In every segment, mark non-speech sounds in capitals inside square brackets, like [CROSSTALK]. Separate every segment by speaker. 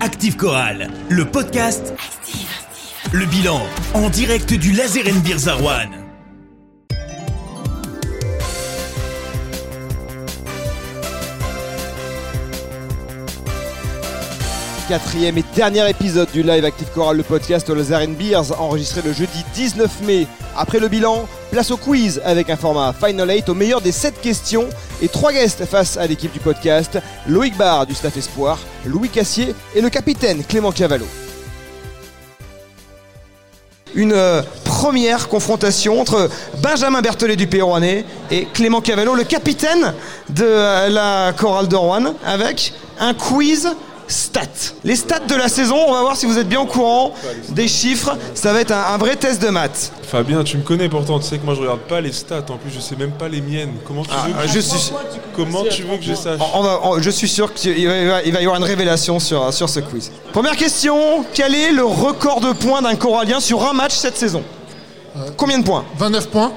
Speaker 1: Active Chorale, le podcast. Le bilan, en direct du Lazeren Birzarouane.
Speaker 2: Quatrième et dernier épisode du live Active Choral, le podcast Les Arènes Beers, enregistré le jeudi 19 mai. Après le bilan, place au quiz avec un format Final 8 au meilleur des 7 questions et 3 guests face à l'équipe du podcast Loïc Barr du Staff Espoir, Louis Cassier et le capitaine Clément Cavallo. Une euh, première confrontation entre Benjamin Berthelet du Pays Rouennais et Clément Cavallo, le capitaine de euh, la chorale de Rouen, avec un quiz stats. Les stats de la saison, on va voir si vous êtes bien au courant des chiffres. Ça va être un, un vrai test de maths.
Speaker 3: Fabien, tu me connais pourtant, tu sais que moi je regarde pas les stats, en plus je sais même pas les miennes. Comment tu
Speaker 2: Ah,
Speaker 3: veux que,
Speaker 2: je suis-
Speaker 3: Comment tu veux que je sache
Speaker 2: On- on va- on- je suis sûr qu'il va, il va- il va y avoir une révélation sur, sur ce quiz. Première question, quel est le record de points d'un Corallien sur un match cette saison Combien de points
Speaker 4: 29 points.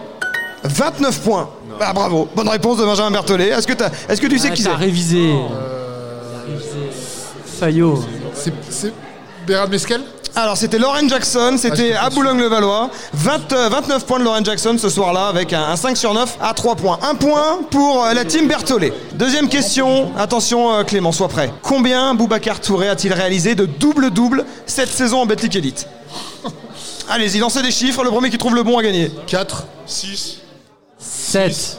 Speaker 2: 29 points. Ah, bravo, bonne réponse de Benjamin Berthollet. Est-ce que, t'as- est-ce que tu sais
Speaker 5: Ah,
Speaker 2: qui
Speaker 5: t'as
Speaker 2: c'est
Speaker 5: révisé. Sayo.
Speaker 4: C'est, c'est Bérard Mescal
Speaker 2: Alors c'était Lauren Jackson, c'était à Boulogne-le-Valois. 20, euh, 29 points de Lauren Jackson ce soir-là avec un, un 5 sur 9 à 3 points. Un point pour euh, la team Berthollet. Deuxième question, attention euh, Clément, sois prêt. Combien Boubacar Touré a-t-il réalisé de double-double cette saison en Betclic Elite Allez-y, lancez des chiffres, le premier qui trouve le bon a gagné.
Speaker 4: 4.
Speaker 3: 6
Speaker 5: 7.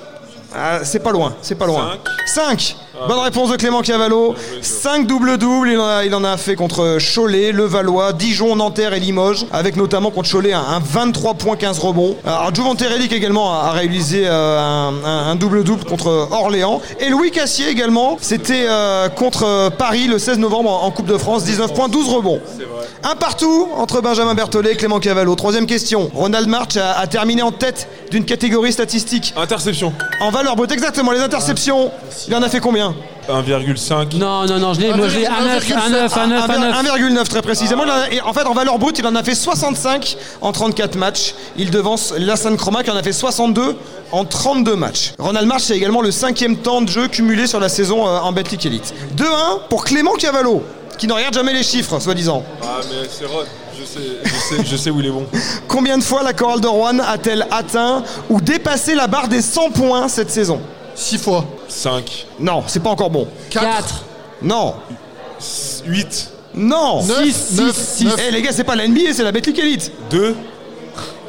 Speaker 2: Ah, c'est pas loin, c'est pas loin.
Speaker 3: Cinq.
Speaker 2: 5 Bonne réponse de Clément Cavallo. 5 double-double, il, en a- il en a fait contre Cholet, Levallois, Dijon, Nanterre et Limoges, avec notamment contre Cholet un, un 23 points 15 rebonds. Alors Jovan Terelic également a, a réalisé euh, un- un un double-double contre Orléans. Et Louis Cassier également, c'était euh, contre euh, Paris le 16 novembre en, en Coupe de France, 19 points, 12 rebonds. Un partout entre Benjamin Berthollet et Clément Cavallo. Troisième question, Ronald March a- a terminé en tête d'une catégorie statistique.
Speaker 3: Interception
Speaker 2: En valeur brute, exactement, les interceptions. Il en a fait combien
Speaker 3: 1,5
Speaker 5: Non, non, non, je l'ai. Moi, je l'ai. 1 9, 1 9, 1 9, 1 9.
Speaker 2: 1,9 très précisément. Il en a- et en fait, en valeur brute, il en a fait 65 en 34 matchs. Il devance Lassane Chroma qui en a fait 62 en 32 matchs. Ronald March, c'est également le cinquième temps de jeu cumulé sur la saison euh, en Betclic Elite. 2-1 pour Clément Cavallo, qui ne regarde jamais les chiffres, soi-disant.
Speaker 3: Ah mais c'est Rod, je sais, je, sais, je sais où il est bon.
Speaker 2: Combien de fois la chorale de Rouen a-t-elle atteint ou dépassé la barre des 100 points cette saison
Speaker 4: 6 fois.
Speaker 3: 5,
Speaker 2: Non, c'est pas encore bon.
Speaker 5: 4.
Speaker 2: Non,
Speaker 3: 8,
Speaker 2: non.
Speaker 4: 9,
Speaker 5: Six, six,
Speaker 4: 9,
Speaker 5: six.
Speaker 4: 9,
Speaker 2: Eh les gars, c'est pas la NBA, c'est la Betclic Elite.
Speaker 3: 2,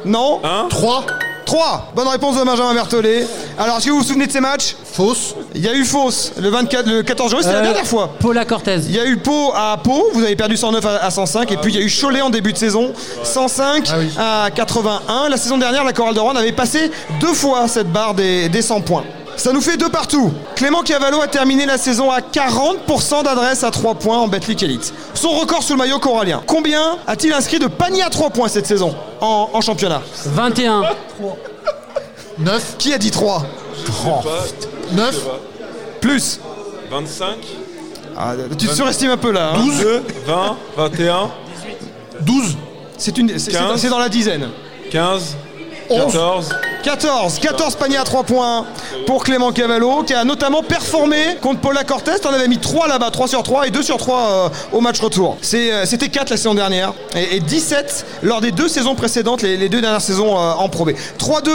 Speaker 2: Non
Speaker 3: 1,
Speaker 4: 3.
Speaker 2: 3 Bonne réponse de Benjamin Berthollet. Alors, est-ce que vous vous souvenez de ces matchs
Speaker 4: Fausse.
Speaker 2: Il y a eu fausse le 24, le 14 juin, c'était
Speaker 4: Euh.
Speaker 2: la dernière fois.
Speaker 5: Euh, Paula Cortez.
Speaker 2: Il y a eu Pau à Pau, vous avez perdu 109 à à 105, et puis il y a eu Cholet en début de saison, 105
Speaker 4: Ah oui.
Speaker 2: à 81. La saison dernière, la Chorale de Rouen avait passé deux fois cette barre des, des 100 points. Ça nous fait deux partout. Clément Cavallo a terminé la saison à 40% d'adresse à 3 points en Betclic Elite. Son record sous le maillot corallien. Combien a-t-il inscrit de paniers à 3 points cette saison en- en championnat
Speaker 5: 21.
Speaker 4: 9.
Speaker 2: Qui a dit 3
Speaker 4: 9.
Speaker 2: Plus
Speaker 3: 25,
Speaker 2: Ah, Tu te surestimes un peu là. hein.
Speaker 3: 2, 20, 21,
Speaker 4: 12.
Speaker 2: C'est une, c'est- c'est
Speaker 3: 15.
Speaker 2: c'est dans la dizaine.
Speaker 3: 15,
Speaker 4: Onze.
Speaker 3: 14,
Speaker 2: 14, 14 paniers à 3 points pour Clément Cavallo, qui a notamment performé contre Paula Cortez. T'en avais mis 3 là-bas, 3 sur 3 et 2 sur 3 euh, au match retour. C'est, euh, C'était 4 la saison dernière et, et 17 lors des deux saisons précédentes, les, les deux dernières saisons euh, en Pro B. 3-2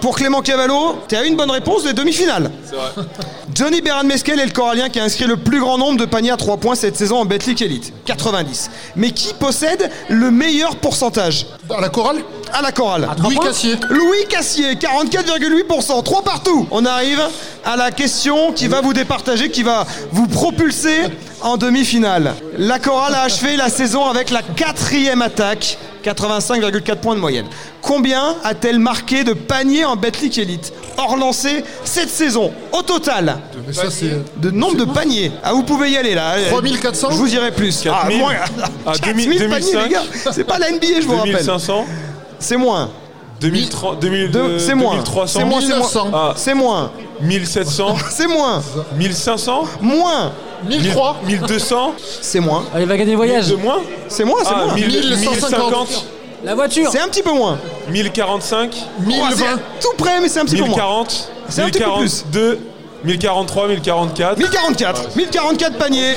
Speaker 2: pour Clément Cavallo. T'es à une bonne réponse des demi-finales.
Speaker 3: c'est vrai.
Speaker 2: Johnny Beran Mesquel est le Corallien qui a inscrit le plus grand nombre de paniers à 3 points cette saison en Betclic Elite, 90. Mais qui possède le meilleur pourcentage
Speaker 4: À la chorale
Speaker 2: à la chorale
Speaker 5: Trois
Speaker 4: Louis
Speaker 5: points
Speaker 4: Cassier.
Speaker 2: Louis Cassier, 44,8%, 3 partout. On arrive à la question qui va vous départager, qui va vous propulser en demi-finale. La chorale a achevé la saison avec la quatrième attaque, 85,4 points de moyenne. Combien a-t-elle marqué de paniers en Betclic Elite hors lancé cette saison au total
Speaker 4: Mais ça, c'est.
Speaker 2: de nombre de paniers. Ah, vous pouvez y aller là.
Speaker 4: 3400?
Speaker 2: Je vous dirai plus.
Speaker 3: 4000.
Speaker 2: Ah, [LAUGHS]
Speaker 3: Ah,
Speaker 2: 4000 paniers,
Speaker 3: 2005.
Speaker 2: les gars. C'est pas la NBA, je vous rappelle.
Speaker 3: 2500,
Speaker 2: C'est moins.
Speaker 3: 2030,
Speaker 2: Deux-
Speaker 3: 2000,
Speaker 2: c'est moins. C'est
Speaker 3: 2300,
Speaker 2: moins. C'est moins.
Speaker 4: 1900.
Speaker 3: Ah.
Speaker 2: C'est moins. [LAUGHS]
Speaker 3: 1700,
Speaker 2: C'est moins.
Speaker 3: 1500,
Speaker 2: Moins.
Speaker 4: 1003.
Speaker 3: 1200,
Speaker 2: C'est moins.
Speaker 5: Allez, va gagner voyage.
Speaker 3: de moins
Speaker 2: C'est moins. C'est
Speaker 3: Ah,
Speaker 2: moins.
Speaker 3: 1000,
Speaker 4: 1150.
Speaker 3: 1050,
Speaker 5: La voiture.
Speaker 2: C'est un petit peu moins.
Speaker 3: 1045,
Speaker 2: Oh, c'est
Speaker 4: 1020.
Speaker 2: tout près, mais c'est un petit peu moins.
Speaker 3: 1040,
Speaker 2: C'est un petit peu plus.
Speaker 3: 1042, 1043, 1044.
Speaker 2: 1044 1044 paniers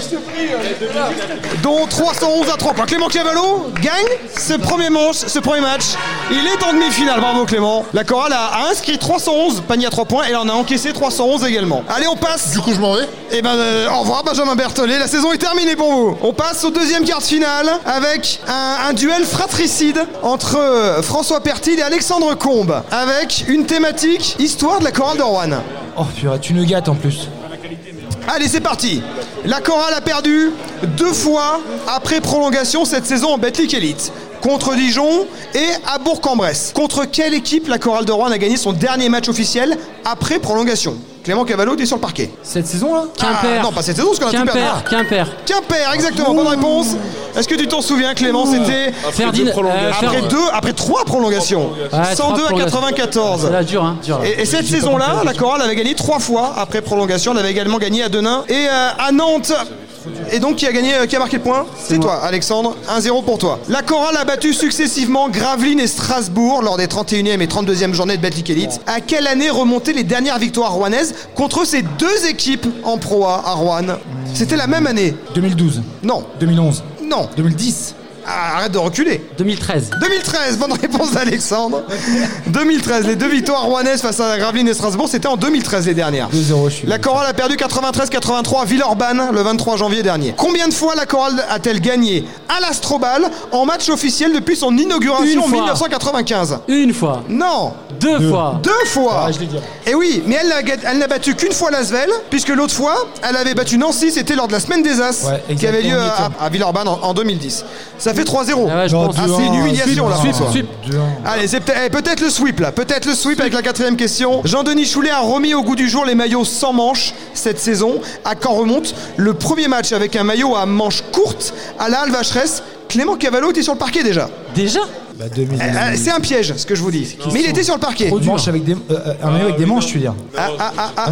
Speaker 2: dont 311 à 3 points. Clément Cavallo gagne ce premier manche, ce premier match. Il est en demi-finale, bravo Clément. La chorale a, a inscrit 311 paniers à 3 points et elle en a encaissé 311 également. Allez, on passe.
Speaker 4: Du coup, je m'en vais.
Speaker 2: Et ben euh, au revoir Benjamin Berthollet, la saison est terminée pour vous. On passe au deuxième quart de finale avec un, un duel fratricide entre euh, François Pertil et Alexandre Combe avec une thématique histoire de la chorale de Rouen.
Speaker 6: Oh purée, tu nous gâtes en plus.
Speaker 2: Allez, c'est parti La chorale a perdu deux fois après prolongation cette saison en Betlic Elite. Contre Dijon et à Bourg-en-Bresse. Contre quelle équipe la chorale de Rouen a gagné son dernier match officiel après prolongation Clément Cavallo, t'es sur le parquet.
Speaker 6: Cette saison là
Speaker 2: Ah,
Speaker 5: Quimper.
Speaker 2: non, pas cette saison, parce qu'on a tout perdu.
Speaker 5: Quimper, Quimper.
Speaker 2: Quimper, exactement, bonne réponse. Est-ce que tu t'en souviens, Clément C'était
Speaker 5: Ferdinand-
Speaker 3: deux prolongations.
Speaker 5: euh,
Speaker 2: après
Speaker 5: Fer-
Speaker 2: deux, après trois prolongations.
Speaker 5: Ouais,
Speaker 2: 102 à
Speaker 5: trois
Speaker 2: 94.
Speaker 5: C'est là, dur, hein, dur.
Speaker 2: Et, et cette saison-là, la chorale avait gagné trois fois après prolongation. Elle avait également gagné à Denain et euh, à Nantes. Et donc qui a gagné, euh, qui a marqué le point C'est toi, Alexandre. 1-0 pour toi. La chorale a battu successivement Gravelines et Strasbourg lors des 31e et 32e journées de Betlic Elite. À quelle année remontaient les dernières victoires rouennaises contre ces deux équipes en Pro A à Rouen C'était la même année.
Speaker 6: 2012,
Speaker 2: Non,
Speaker 6: 2011,
Speaker 2: non.
Speaker 6: 2010.
Speaker 2: Ah, Arrête de reculer.
Speaker 5: 2013.
Speaker 2: 2013, bonne réponse d'Alexandre. 2013, les deux victoires rouennaises face à Gravelines et Strasbourg, c'était en 2013 les dernières.
Speaker 6: 2-0, je suis.
Speaker 2: La chorale a perdu 93-83 à Villeurbanne le 23 janvier dernier. Combien de fois la chorale a-t-elle gagné à l'Astrobal en match officiel depuis son
Speaker 5: Une
Speaker 2: inauguration en
Speaker 5: fois.
Speaker 2: 1995
Speaker 5: Une fois.
Speaker 2: Non
Speaker 5: Deux, fois.
Speaker 2: deux fois
Speaker 6: Ah, je l'ai dit.
Speaker 2: Et oui, mais elle n'a ga- elle n'a battu qu'une fois Lasvel, puisque l'autre fois, elle avait battu Nancy, c'était lors de la semaine des As,
Speaker 6: Ouais,
Speaker 2: qui avait lieu
Speaker 6: exactement,
Speaker 2: à, à Villeurbanne en, en 2010. Ça fait 3-0.
Speaker 5: Ah ouais, je
Speaker 6: Non,
Speaker 5: pense.
Speaker 6: deux,
Speaker 2: Ah, c'est une
Speaker 6: un,
Speaker 2: humiliation,
Speaker 6: sweep,
Speaker 2: là,
Speaker 6: sweep,
Speaker 2: François.
Speaker 6: sweep. Deux, un.
Speaker 2: Allez, c'est peut-être eh, peut-être le sweep là, peut-être le sweep avec la quatrième question. Jean-Denis Choulet a remis au goût du jour les maillots sans manches cette saison. À quand remonte le premier match avec un maillot à manches courtes à la Halle Vacheresse Clément Cavallo était sur le parquet déjà.
Speaker 5: Déjà
Speaker 6: Bah,
Speaker 2: Eh,
Speaker 6: 2000.
Speaker 2: eh, c'est un piège ce que je vous dis. Mais il était sur le parquet.
Speaker 6: Une manche avec des, euh, euh, un maillot avec des manches, tu veux dire
Speaker 2: Ah, ah, ah, ah,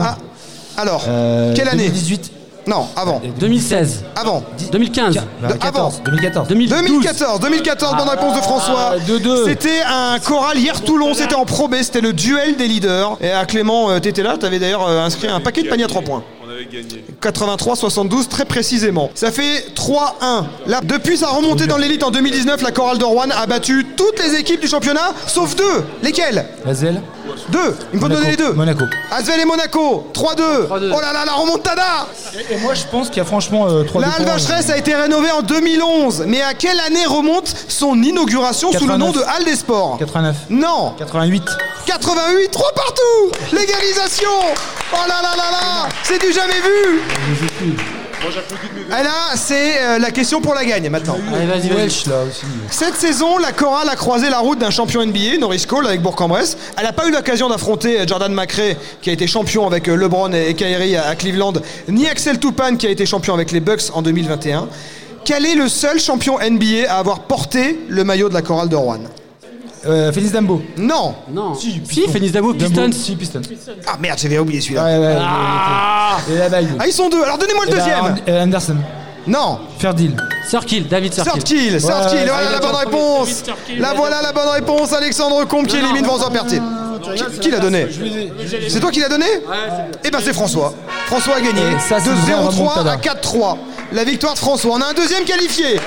Speaker 2: ah. Alors,
Speaker 6: Euh,
Speaker 2: quelle année
Speaker 6: 2018.
Speaker 2: Non, avant.
Speaker 5: 2016.
Speaker 2: Avant.
Speaker 5: 2015.
Speaker 6: Bah,
Speaker 2: De-
Speaker 6: 14,
Speaker 2: avant.
Speaker 6: 2014.
Speaker 5: 2012.
Speaker 2: 2014, 2014, bonne réponse de François.
Speaker 6: Ah, 2-2.
Speaker 2: C'était un choral hier Toulon, c'était en Pro B, c'était le duel des leaders. Et à Clément, euh, t'étais là, t'avais d'ailleurs euh, inscrit un paquet de paniers à 3 points.
Speaker 3: On avait gagné.
Speaker 2: 83-72 très précisément. Ça fait 3-1. Là, depuis sa remontée dans l'élite en 2019, la chorale de Rouen a battu toutes les équipes du championnat, sauf deux. Lesquelles
Speaker 6: Vazel.
Speaker 2: Deux. Il me faut me donner les deux.
Speaker 6: Monaco.
Speaker 2: Asvel et Monaco, 3-2. Oh
Speaker 5: 3-2.
Speaker 2: là là, la remontada
Speaker 6: Et, et moi, je pense qu'il y a franchement euh, 3
Speaker 2: La Halle Vacheresse a été rénovée en 2011. Mais à quelle année remonte son inauguration sous le nom de
Speaker 6: 89.
Speaker 2: Halle des Sports
Speaker 6: 89.
Speaker 2: Non
Speaker 6: 88.
Speaker 2: 88, 3 partout L'égalisation Oh là là là là C'est du jamais vu Et là, c'est euh, la question pour la gagne maintenant.
Speaker 5: Allez, vas-y, vas-y.
Speaker 6: Welsh, là aussi.
Speaker 2: Cette saison, la Chorale a croisé la route d'un champion NBA, Norris Cole, avec Bourg-en-Bresse. Elle n'a pas eu l'occasion d'affronter euh, Jordan Macrae, qui a été champion avec euh, LeBron et Kyrie à à Cleveland, ni Axel Toupane, qui a été champion avec les Bucks en 2021. Quel est le seul champion NBA à avoir porté le maillot de la Chorale de Rouen
Speaker 6: Euh, Félix Dambo.
Speaker 2: Non
Speaker 5: Non.
Speaker 6: Si,
Speaker 5: Si, Félix Dabo, Pistons.
Speaker 6: Si, Pistons. Ouais,
Speaker 2: Ah merde, j'avais oublié celui-là.
Speaker 6: ouais, ouais. Et la bague.
Speaker 2: Ah, ils sont deux, alors donnez-moi le
Speaker 6: Et la-
Speaker 2: deuxième
Speaker 6: And- euh, Anderson.
Speaker 2: Non
Speaker 6: Ferdil.
Speaker 5: Circle, David Circle.
Speaker 2: Sortil, Sortil,
Speaker 6: ouais,
Speaker 2: voilà
Speaker 6: ouais,
Speaker 2: la
Speaker 6: ouais,
Speaker 2: bonne
Speaker 6: ouais,
Speaker 2: réponse La voilà la bonne réponse, Alexandre Combe qui élimine François Pertier. Qui, qui l'a donné C'est toi qui l'as donné Eh ben c'est François. François a gagné
Speaker 6: Et ça, c'est
Speaker 2: de
Speaker 6: une vraie
Speaker 2: 0-3
Speaker 6: remontada.
Speaker 2: à 4-3. La victoire de François. On a un deuxième qualifié.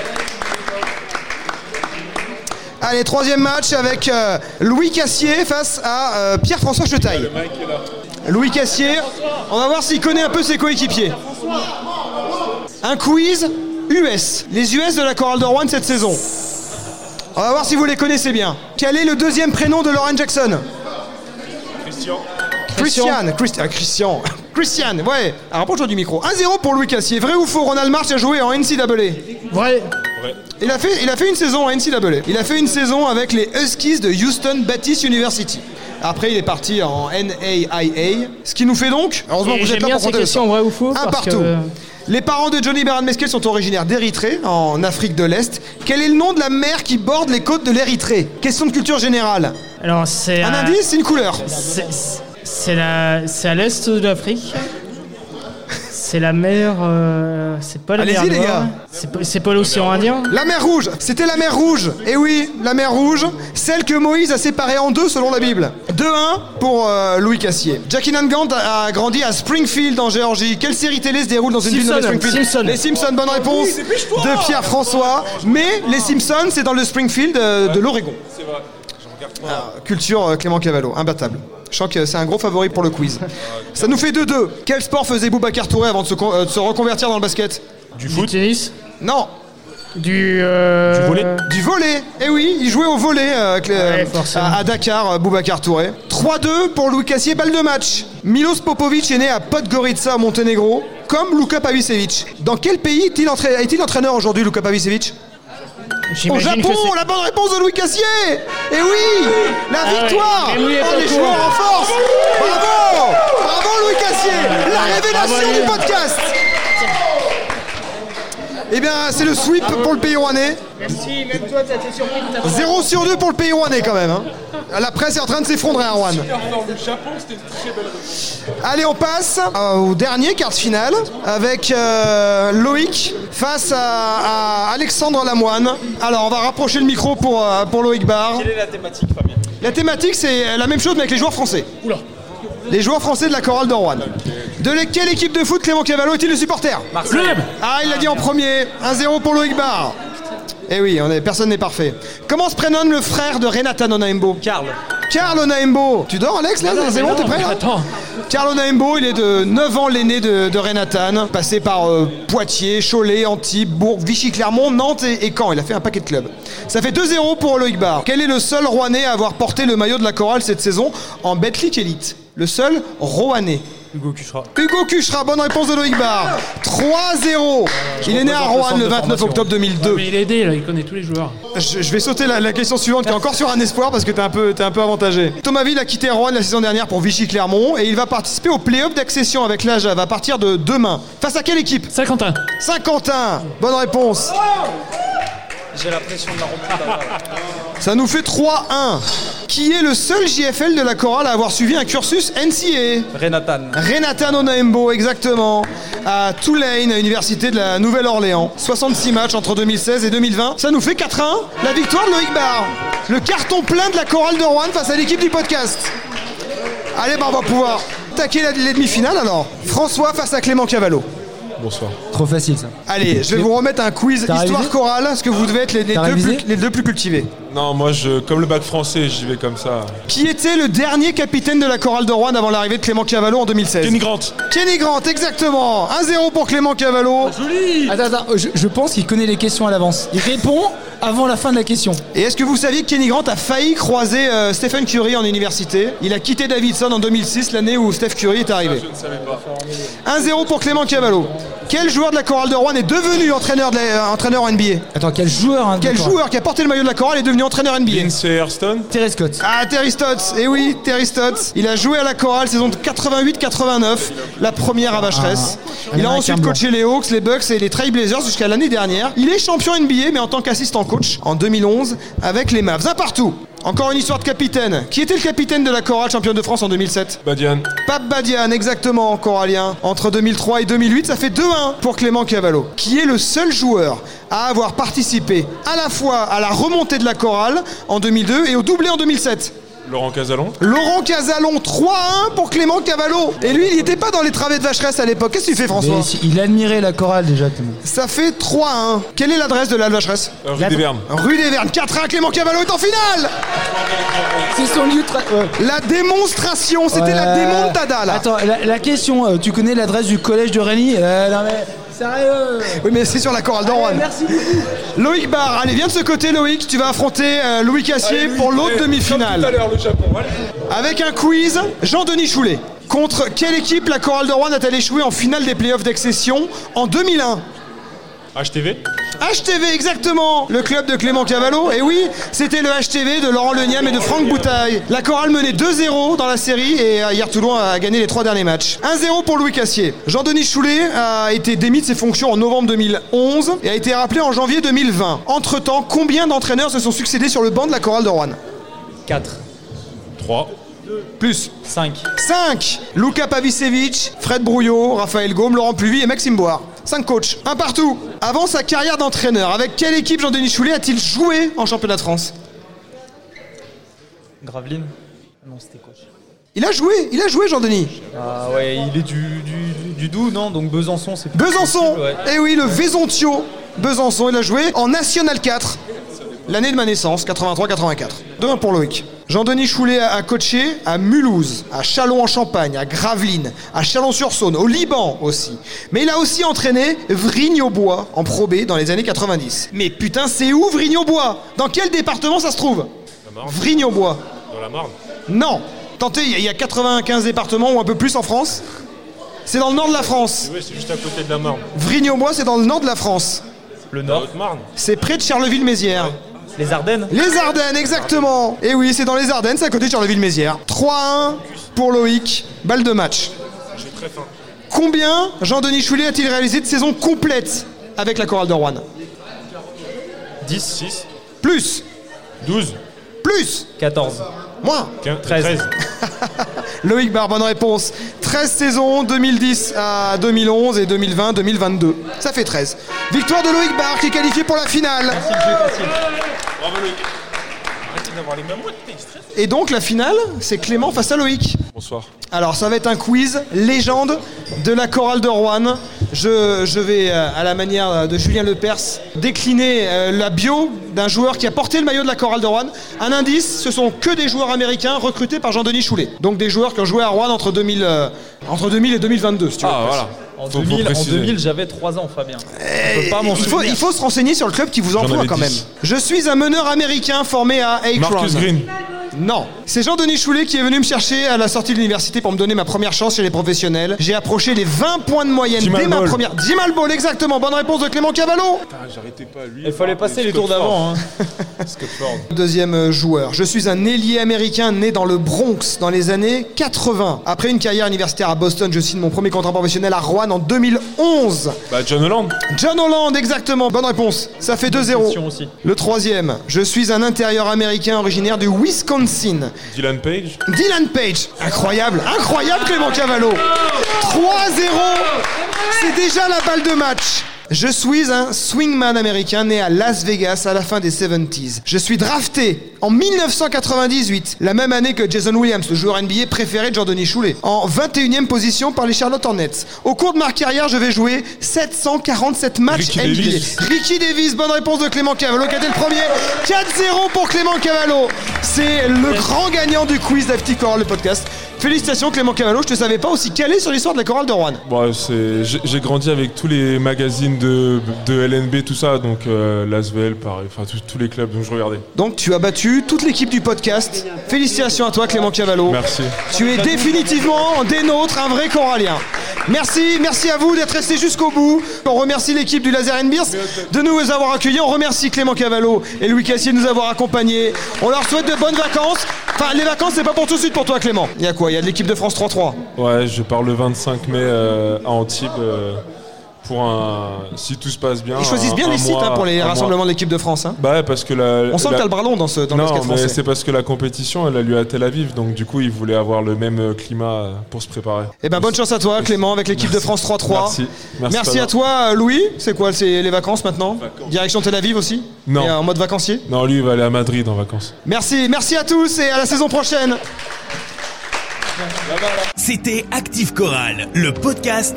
Speaker 2: Allez, troisième match avec euh, Louis Cassier face à euh, Pierre-François Chetaille. Louis Cassier, on va voir s'il connaît un peu ses coéquipiers. Un quiz US. Les US de la Chorale de Rouen cette saison. On va voir si vous les connaissez bien. Quel est le deuxième prénom de Lauren Jackson Christian. Christian. Christi- ah, Christian. [LAUGHS] Christian, ouais. Ah, Rapproche-toi du micro. 1-0 pour Louis Cassier. Vrai ou faux Ronald Marsh a joué en NCAA.
Speaker 4: Vrai.
Speaker 2: Il a, fait, il a fait une saison à NCAA. Il a fait une saison avec les Huskies de Houston Baptist University. Après, il est parti en NAIA. Ce qui nous fait donc, heureusement que vous êtes là
Speaker 7: bien
Speaker 2: pour
Speaker 7: ces
Speaker 2: compter le
Speaker 7: questions
Speaker 2: score.
Speaker 7: vrai ou faux,
Speaker 2: Un
Speaker 7: parce
Speaker 2: partout.
Speaker 7: que- euh,
Speaker 2: Les parents de Johnny Baran Mesquel sont originaires d'Érythrée, en Afrique de l'Est. Quel est le nom de la mer qui borde les côtes de l'Érythrée Question de culture générale.
Speaker 7: Alors c'est
Speaker 2: Un
Speaker 7: à-
Speaker 2: indice, une couleur.
Speaker 7: C'est c'est la c'est à l'est de l'Afrique. C'est la mer. euh, c'est pas la
Speaker 2: Allez-y,
Speaker 7: mer
Speaker 2: les
Speaker 7: Noire.
Speaker 2: gars.
Speaker 7: C'est pas- C'est pas l'océan Indien.
Speaker 2: La mer Rouge, Eh c'était la mer Rouge. Et oui, la mer Rouge, celle que Moïse a séparée en deux selon la Bible. 2-1 pour euh, Louis Cassier. Jackie Nangant a a grandi à Springfield en Géorgie. Quelle série télé se déroule dans une ville nommée
Speaker 7: Simpson,
Speaker 2: Springfield
Speaker 7: Simpson.
Speaker 2: Les Simpsons, bonne
Speaker 3: Ah
Speaker 2: réponse de Pierre François. Mais les Simpsons, c'est dans le Springfield euh, de l'Oregon.
Speaker 3: C'est vrai. Je regarde pas.
Speaker 2: Culture euh, Clément Cavallo, imbattable. Je sens que c'est un gros favori pour le quiz.
Speaker 3: Ah,
Speaker 2: Ça nous fait 2-2. Quel sport faisait Boubacar Touré avant de se, con- euh, de se reconvertir dans le basket
Speaker 3: Du
Speaker 7: Du
Speaker 3: foot
Speaker 7: tennis
Speaker 2: Non,
Speaker 7: Du. euh,
Speaker 3: Du volley
Speaker 2: du volet. Eh oui, il jouait au euh, volet
Speaker 7: Ouais, forcément.
Speaker 2: à, à Dakar, euh, Boubacar Touré. 3-2 pour Louis Cassier, balle de match. Milos Popovic est né à Podgorica, au Monténégro, comme Luka Pavicevic. Dans quel pays est-il entra- est-il entraîneur aujourd'hui, Luka Pavicevic Au
Speaker 7: J'imagine
Speaker 2: Japon,
Speaker 7: que c'est- Ah,
Speaker 2: la bonne réponse de Louis Cassier Eh oui La
Speaker 7: ouais.
Speaker 2: victoire
Speaker 7: Et oui,
Speaker 2: Oh,
Speaker 7: et
Speaker 2: les
Speaker 7: pas
Speaker 2: joueurs
Speaker 7: court.
Speaker 2: en force Bravo Bravo Louis Cassier La révélation
Speaker 7: Ah Bravo,
Speaker 2: du
Speaker 7: Louis.
Speaker 2: podcast Eh bien, c'est le sweep pour le pays rouennais.
Speaker 7: Merci, même toi, t'as été surpris de ta
Speaker 2: 0 sur 2 pour le pays rouennais quand même. hein. La presse est en train de s'effondrer à Rouen. Allez, on passe euh, au dernier quart de finale avec euh, Loïc face à, à Alexandre Lamoine. Alors, on va rapprocher le micro pour, euh, pour Loïc Barr. Quelle est la thématique, Fabien La thématique, c'est euh, la même chose mais avec les joueurs français. Les joueurs français de la chorale de Rouen. De la- quelle équipe de foot Clément Cavallo est-il le supporter Ah, il l'a dit en premier. 1-0 pour Loïc Barr. Eh oui, on est- personne n'est parfait. Comment se prénomme le frère de Renata Nonaembo Carl. Carl Onaembo. Tu dors, Alex là C'est bon, t'es prêt là
Speaker 5: Attends.
Speaker 2: Carlo Naembo, il est de 9 ans l'aîné de, de Renatan, passé par euh, Poitiers, Cholet, Antibes, Bourg, Vichy-Clermont, Nantes et, et Caen. Il a fait un paquet de clubs. Ça fait 2-0 pour Loïc Barr. Quel est le seul Rouennais à avoir porté le maillot de la chorale cette saison en Betclic Elite Le seul Rouennais.
Speaker 8: Hugo Cuchera.
Speaker 2: Hugo Cuchera, bonne réponse de Loïc Barr. 3-0. Il est né à
Speaker 8: représente le
Speaker 2: Rouen
Speaker 8: centre
Speaker 2: le
Speaker 8: de
Speaker 2: 29
Speaker 8: formation.
Speaker 2: octobre 2002.
Speaker 5: Mais il est aidé, là, il connaît tous les joueurs.
Speaker 2: Je, je vais sauter la, la question suivante qui est encore sur un espoir parce que t'es un peu, t'es un peu avantagé. Thomas Ville a quitté Rouen la saison dernière pour Vichy Clermont et il va participer au play-off d'accession avec la Jave à partir de demain. Face à quelle équipe
Speaker 5: Saint-Quentin.
Speaker 2: Saint-Quentin Bonne réponse
Speaker 8: J'ai la pression de la remontada.
Speaker 2: Ça nous fait 3-1. Qui est le seul JFL de la chorale à avoir suivi un cursus NCA
Speaker 8: Renatan.
Speaker 2: Renatan Onaembo, exactement, à Tulane, à l'université de la Nouvelle-Orléans. 66 matchs entre 2016 et 2020. Ça nous fait 4-1. La victoire de Loïc Barr. Le carton plein de la chorale de Rouen face à l'équipe du podcast. Allez, bah, on va pouvoir attaquer la- les demi-finales alors. François face à Clément Cavallo.
Speaker 3: Bonsoir.
Speaker 6: Trop facile ça.
Speaker 2: Allez, je vais vous remettre un quiz
Speaker 6: T'as
Speaker 2: histoire
Speaker 6: révisé
Speaker 2: chorale, parce que vous devez être les, les
Speaker 6: T'as
Speaker 2: deux,
Speaker 6: révisé
Speaker 2: plus, les deux plus cultivés.
Speaker 3: Non, moi, je, comme le bac français, j'y vais comme ça.
Speaker 2: Qui était le dernier capitaine de la chorale de Rouen avant l'arrivée de Clément Cavallo en 2016
Speaker 3: Kenny Grant.
Speaker 2: Kenny Grant, exactement 1-0 pour Clément Cavallo.
Speaker 6: Attends, attends, euh, je, je pense qu'il connaît les questions à l'avance. Il répond avant la fin de la question.
Speaker 2: Et est-ce que vous saviez que Kenny Grant a failli croiser euh, Stephen Curry en université Il a quitté Davidson en 2006, l'année où Steph Curry est arrivé. 1-0 pour Clément Cavallo. Quel joueur de la chorale de Rouen est devenu entraîneur, de la- euh, entraîneur NBA
Speaker 6: Attends, quel joueur hein,
Speaker 2: Quel
Speaker 6: d'accord.
Speaker 2: joueur qui a porté le maillot de la chorale est devenu entraîneur NBA
Speaker 3: Lindsay Hurston.
Speaker 6: Terry Scott.
Speaker 2: ah, Terry Stotts, eh oui, Terry Stotts. Il a joué à la chorale saison de 88-89, la première à Vacheresse.
Speaker 6: Ah,
Speaker 2: il
Speaker 6: un
Speaker 2: a ensuite
Speaker 6: Américain
Speaker 2: coaché les Hawks, les Bucks et les Trailblazers jusqu'à l'année dernière. Il est champion NBA, mais en tant qu'assistant coach en 2011 avec les Mavs. Un partout. Encore une histoire de capitaine. Qui était le capitaine de la chorale championne de France en 2007
Speaker 3: Badian.
Speaker 2: Pape Badian, exactement, corallien. Entre 2003 et 2008, ça fait 2-1 pour Clément Cavallo, qui est le seul joueur à avoir participé à la fois à la remontée de la chorale en 2002 et au doublé en 2007.
Speaker 3: Laurent Casalon.
Speaker 2: Laurent Casalon, 3-1 pour Clément Cavallo. Et lui, il n'était pas dans les travées de Vacheresse à l'époque. Qu'est-ce que tu fais, François
Speaker 6: Mais si- il admirait la chorale déjà. Clément.
Speaker 2: Ça fait 3-1. Quelle est l'adresse de la Vacheresse
Speaker 3: Euh, Rue des Vermes.
Speaker 2: Rue des Vernes, 4-1, Clément Cavallo est en finale
Speaker 6: C'est son lieu de tra-
Speaker 8: euh,
Speaker 6: ouais.
Speaker 2: La démonstration, c'était la
Speaker 6: Ouais.
Speaker 2: démontada, là
Speaker 6: Attends, la, la question, euh, tu connais l'adresse du collège de Rennes Euh, Non mais, sérieux
Speaker 2: Oui, mais c'est sur la chorale
Speaker 6: Ouais,
Speaker 2: d'Orwan.
Speaker 6: Merci beaucoup
Speaker 2: Loïc Barr, allez, viens de ce côté, Loïc. Tu vas affronter euh, Louis Cassier pour l'autre
Speaker 3: Tout à
Speaker 2: demi-finale.
Speaker 3: l'heure, le Japon. Allez.
Speaker 2: Avec un quiz, Jean-Denis Choulet. Contre quelle équipe la chorale de Rouen a-t-elle échoué en finale des playoffs d'accession en 2001
Speaker 3: HTV.
Speaker 2: HTV, exactement Le club de Clément Cavallo, et oui, c'était le HTV de Laurent Leniam et de Franck Boutaille. La chorale menait 2-0 dans la série et euh, hier Toulon a gagné les trois derniers matchs. 1-0 pour Louis Cassier. Jean-Denis Choulet a été démis de ses fonctions en novembre 2011 et a été rappelé en janvier 2020. Entre-temps, combien d'entraîneurs se sont succédés sur le banc de la chorale de Rouen
Speaker 8: 4,
Speaker 3: 3.
Speaker 2: Plus
Speaker 8: 5.
Speaker 2: 5 Luca Pavicevic, Fred Brouillot, Raphaël Gaume, Laurent Pluvy et Maxime Boire. 5 coachs, un partout. Avant sa carrière d'entraîneur, avec quelle équipe Jean-Denis Choulet a-t-il joué en championnat de France
Speaker 8: Graveline. Ah Non, c'était quoi
Speaker 2: Il a joué, il a joué Jean-Denis.
Speaker 8: Ah ouais, il est du, du, du, du Doubs, non Donc Besançon, c'est plus
Speaker 2: Besançon
Speaker 8: Ouais.
Speaker 2: Eh oui, le Vesontio Besançon, il a joué en National 4, l'année de ma naissance, 83-84. Demain pour Loïc. Jean-Denis Choulet a a coaché à Mulhouse, à Châlons-en-Champagne, à Gravelines, à Chalon-sur-Saône, au Liban aussi. Mais il a aussi entraîné Vrigne-au-Bois en Pro B dans les années 90. Mais putain, c'est où Vrigne-au-Bois Dans quel département ça se trouve Vrigne-au-Bois.
Speaker 3: Dans la Marne
Speaker 2: Non Tentez, il y a- il y a 95 départements ou un peu plus en France. C'est dans le nord de la France.
Speaker 3: Oui, c'est juste à côté de la Marne.
Speaker 2: Vrigne-au-Bois, c'est dans le nord de la France.
Speaker 8: le
Speaker 3: La
Speaker 8: Nord.
Speaker 3: Haute-Marne
Speaker 2: C'est près de Charleville-Mézières.
Speaker 8: Les Ardennes
Speaker 2: Les Ardennes, exactement Et oui, c'est dans les Ardennes, c'est à côté de Charleville-Mézières. 3-1 pour Loïc, balle de match.
Speaker 3: J'ai très faim.
Speaker 2: Combien Jean-Denis Choulet a-t-il réalisé de saison complète avec la chorale de Rouen
Speaker 3: 10 6
Speaker 2: Plus
Speaker 3: 12
Speaker 2: Plus
Speaker 8: 14.
Speaker 2: Moins
Speaker 3: 15
Speaker 8: 13.
Speaker 3: 13
Speaker 2: Loïc Barre, bonne réponse. 13 saisons, 2010 à 2011 et 2020-2022. Ça fait 13. Victoire de Loïc Barre qui est qualifié pour la finale.
Speaker 8: C'est le jeu facile.
Speaker 3: Bravo Loïc Arrêtez d'avoir les mêmes mots t'es stress
Speaker 2: Et donc la finale, c'est Clément face à Loïc.
Speaker 3: Bonsoir.
Speaker 2: Alors ça va être un quiz légende de la chorale de Rouen. Je, je vais, euh, à la manière de Julien Lepers, décliner euh, la bio d'un joueur qui a porté le maillot de la chorale de Rouen. Un indice, ce sont que des joueurs américains recrutés par Jean-Denis Choulet. Donc des joueurs qui ont joué à Rouen entre 2000, euh, entre 2000 et 2022, si tu veux.
Speaker 3: Ah voilà.
Speaker 8: En
Speaker 3: Faut- faut
Speaker 8: 2000, en
Speaker 3: préciser.
Speaker 8: 2000 j'avais 3 ans, Fabien. Je peux pas m'en
Speaker 2: il, faut,
Speaker 8: souvenir.
Speaker 2: il faut se renseigner sur le club qui vous emploie
Speaker 3: avais
Speaker 2: quand
Speaker 3: 10.
Speaker 2: même. Je suis un meneur américain formé à Akron.
Speaker 3: Marcus Green.
Speaker 2: Non. C'est Jean-Denis Choulet qui est venu me chercher à la sortie de l'université pour me donner ma première chance chez les professionnels. J'ai approché les 20 points de moyenne
Speaker 3: Jim
Speaker 2: dès ma
Speaker 3: Albault.
Speaker 2: première. Jim Albault, exactement. Bonne réponse de Clément Cavallo.
Speaker 3: Ah, j'arrêtais pas lui.
Speaker 8: Il fallait passer les tours d'avant. Hein.
Speaker 2: Deuxième euh, joueur. Je suis un ailier américain né dans le Bronx dans les années 80. Après une carrière universitaire à Boston, je signe mon premier contrat professionnel à Rouen en 2011.
Speaker 3: Bah John Holland.
Speaker 2: John Holland, exactement. Bonne réponse. Ça fait 2-0.
Speaker 8: Question aussi.
Speaker 2: Le troisième. Je suis un intérieur américain originaire du Wisconsin.
Speaker 3: Dylan Page.
Speaker 2: Dylan Page. Incroyable, incroyable Clément Cavallo. 3-0. C'est déjà la balle de match. Je suis un swingman américain né à Las Vegas à la fin des 70s. Je suis drafté en 1998, la même année que Jason Williams, le joueur NBA préféré de Jean-Denis Choulet, en 21e position par les Charlotte Hornets. Au cours de ma carrière, je vais jouer 747 matchs
Speaker 3: Ricky
Speaker 2: NBA.
Speaker 3: Davis.
Speaker 2: Ricky Davis, bonne réponse de Clément Cavallo qui a été le premier. 4-0 pour Clément Cavallo. C'est le grand gagnant du quiz de la petite chorale, le podcast. Félicitations Clément Cavallo, je te savais pas aussi calé sur l'histoire de la chorale de Rouen.
Speaker 3: Bon, c'est j'ai j'ai grandi avec tous les magazines de, de LNB tout ça donc euh, Lasvel pareil enfin tous- tous les clubs donc je regardais.
Speaker 2: Donc tu as battu toute l'équipe du podcast. Félicitations à toi Clément Cavallo.
Speaker 3: Merci.
Speaker 2: Tu es définitivement des nôtres, un vrai corallien. Merci, merci à vous d'être restés jusqu'au bout. On remercie l'équipe du Laser Beers de nous avoir accueillis. On remercie Clément Cavallo et Louis Cassier de nous avoir accompagnés. On leur souhaite de bonnes vacances. Enfin, les vacances, c'est pas pour tout de suite pour toi, Clément. Il y a quoi Il y a de l'équipe de France 3-3.
Speaker 3: Ouais, je pars le 25 mai euh, à Antibes euh, pour un si tout se passe bien.
Speaker 2: Ils choisissent
Speaker 3: un-
Speaker 2: bien
Speaker 3: un
Speaker 2: les sites
Speaker 3: mois-
Speaker 2: hein, pour
Speaker 3: un
Speaker 2: les
Speaker 3: mois.
Speaker 2: rassemblements de l'équipe de France. hein.
Speaker 3: Bah ouais, parce que la
Speaker 2: On sent
Speaker 3: la-
Speaker 2: que t'as le bras long dans, ce, dans le
Speaker 3: non,
Speaker 2: basket
Speaker 3: mais
Speaker 2: français.
Speaker 3: c'est parce que la compétition, elle a lieu à Tel Aviv, donc du coup, ils voulaient avoir le même euh, climat euh, pour se préparer.
Speaker 2: Eh ben, bonne chance à toi, Clément, avec l'équipe de France 3-3.
Speaker 3: Merci. Merci,
Speaker 2: à
Speaker 3: Fabien.
Speaker 2: toi, euh, Louis. C'est quoi C'est les vacances maintenant Direction Tel Aviv aussi
Speaker 3: Non.
Speaker 2: Et, euh, en mode vacancier
Speaker 3: Non, lui, il va aller à Madrid en vacances.
Speaker 2: Merci, merci à tous et à la saison prochaine.
Speaker 1: C'était Active Chorale, le podcast,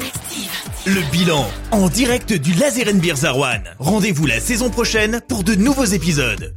Speaker 1: le bilan en direct du Laser Beers à Rouen. Rendez-vous la saison prochaine pour de nouveaux épisodes.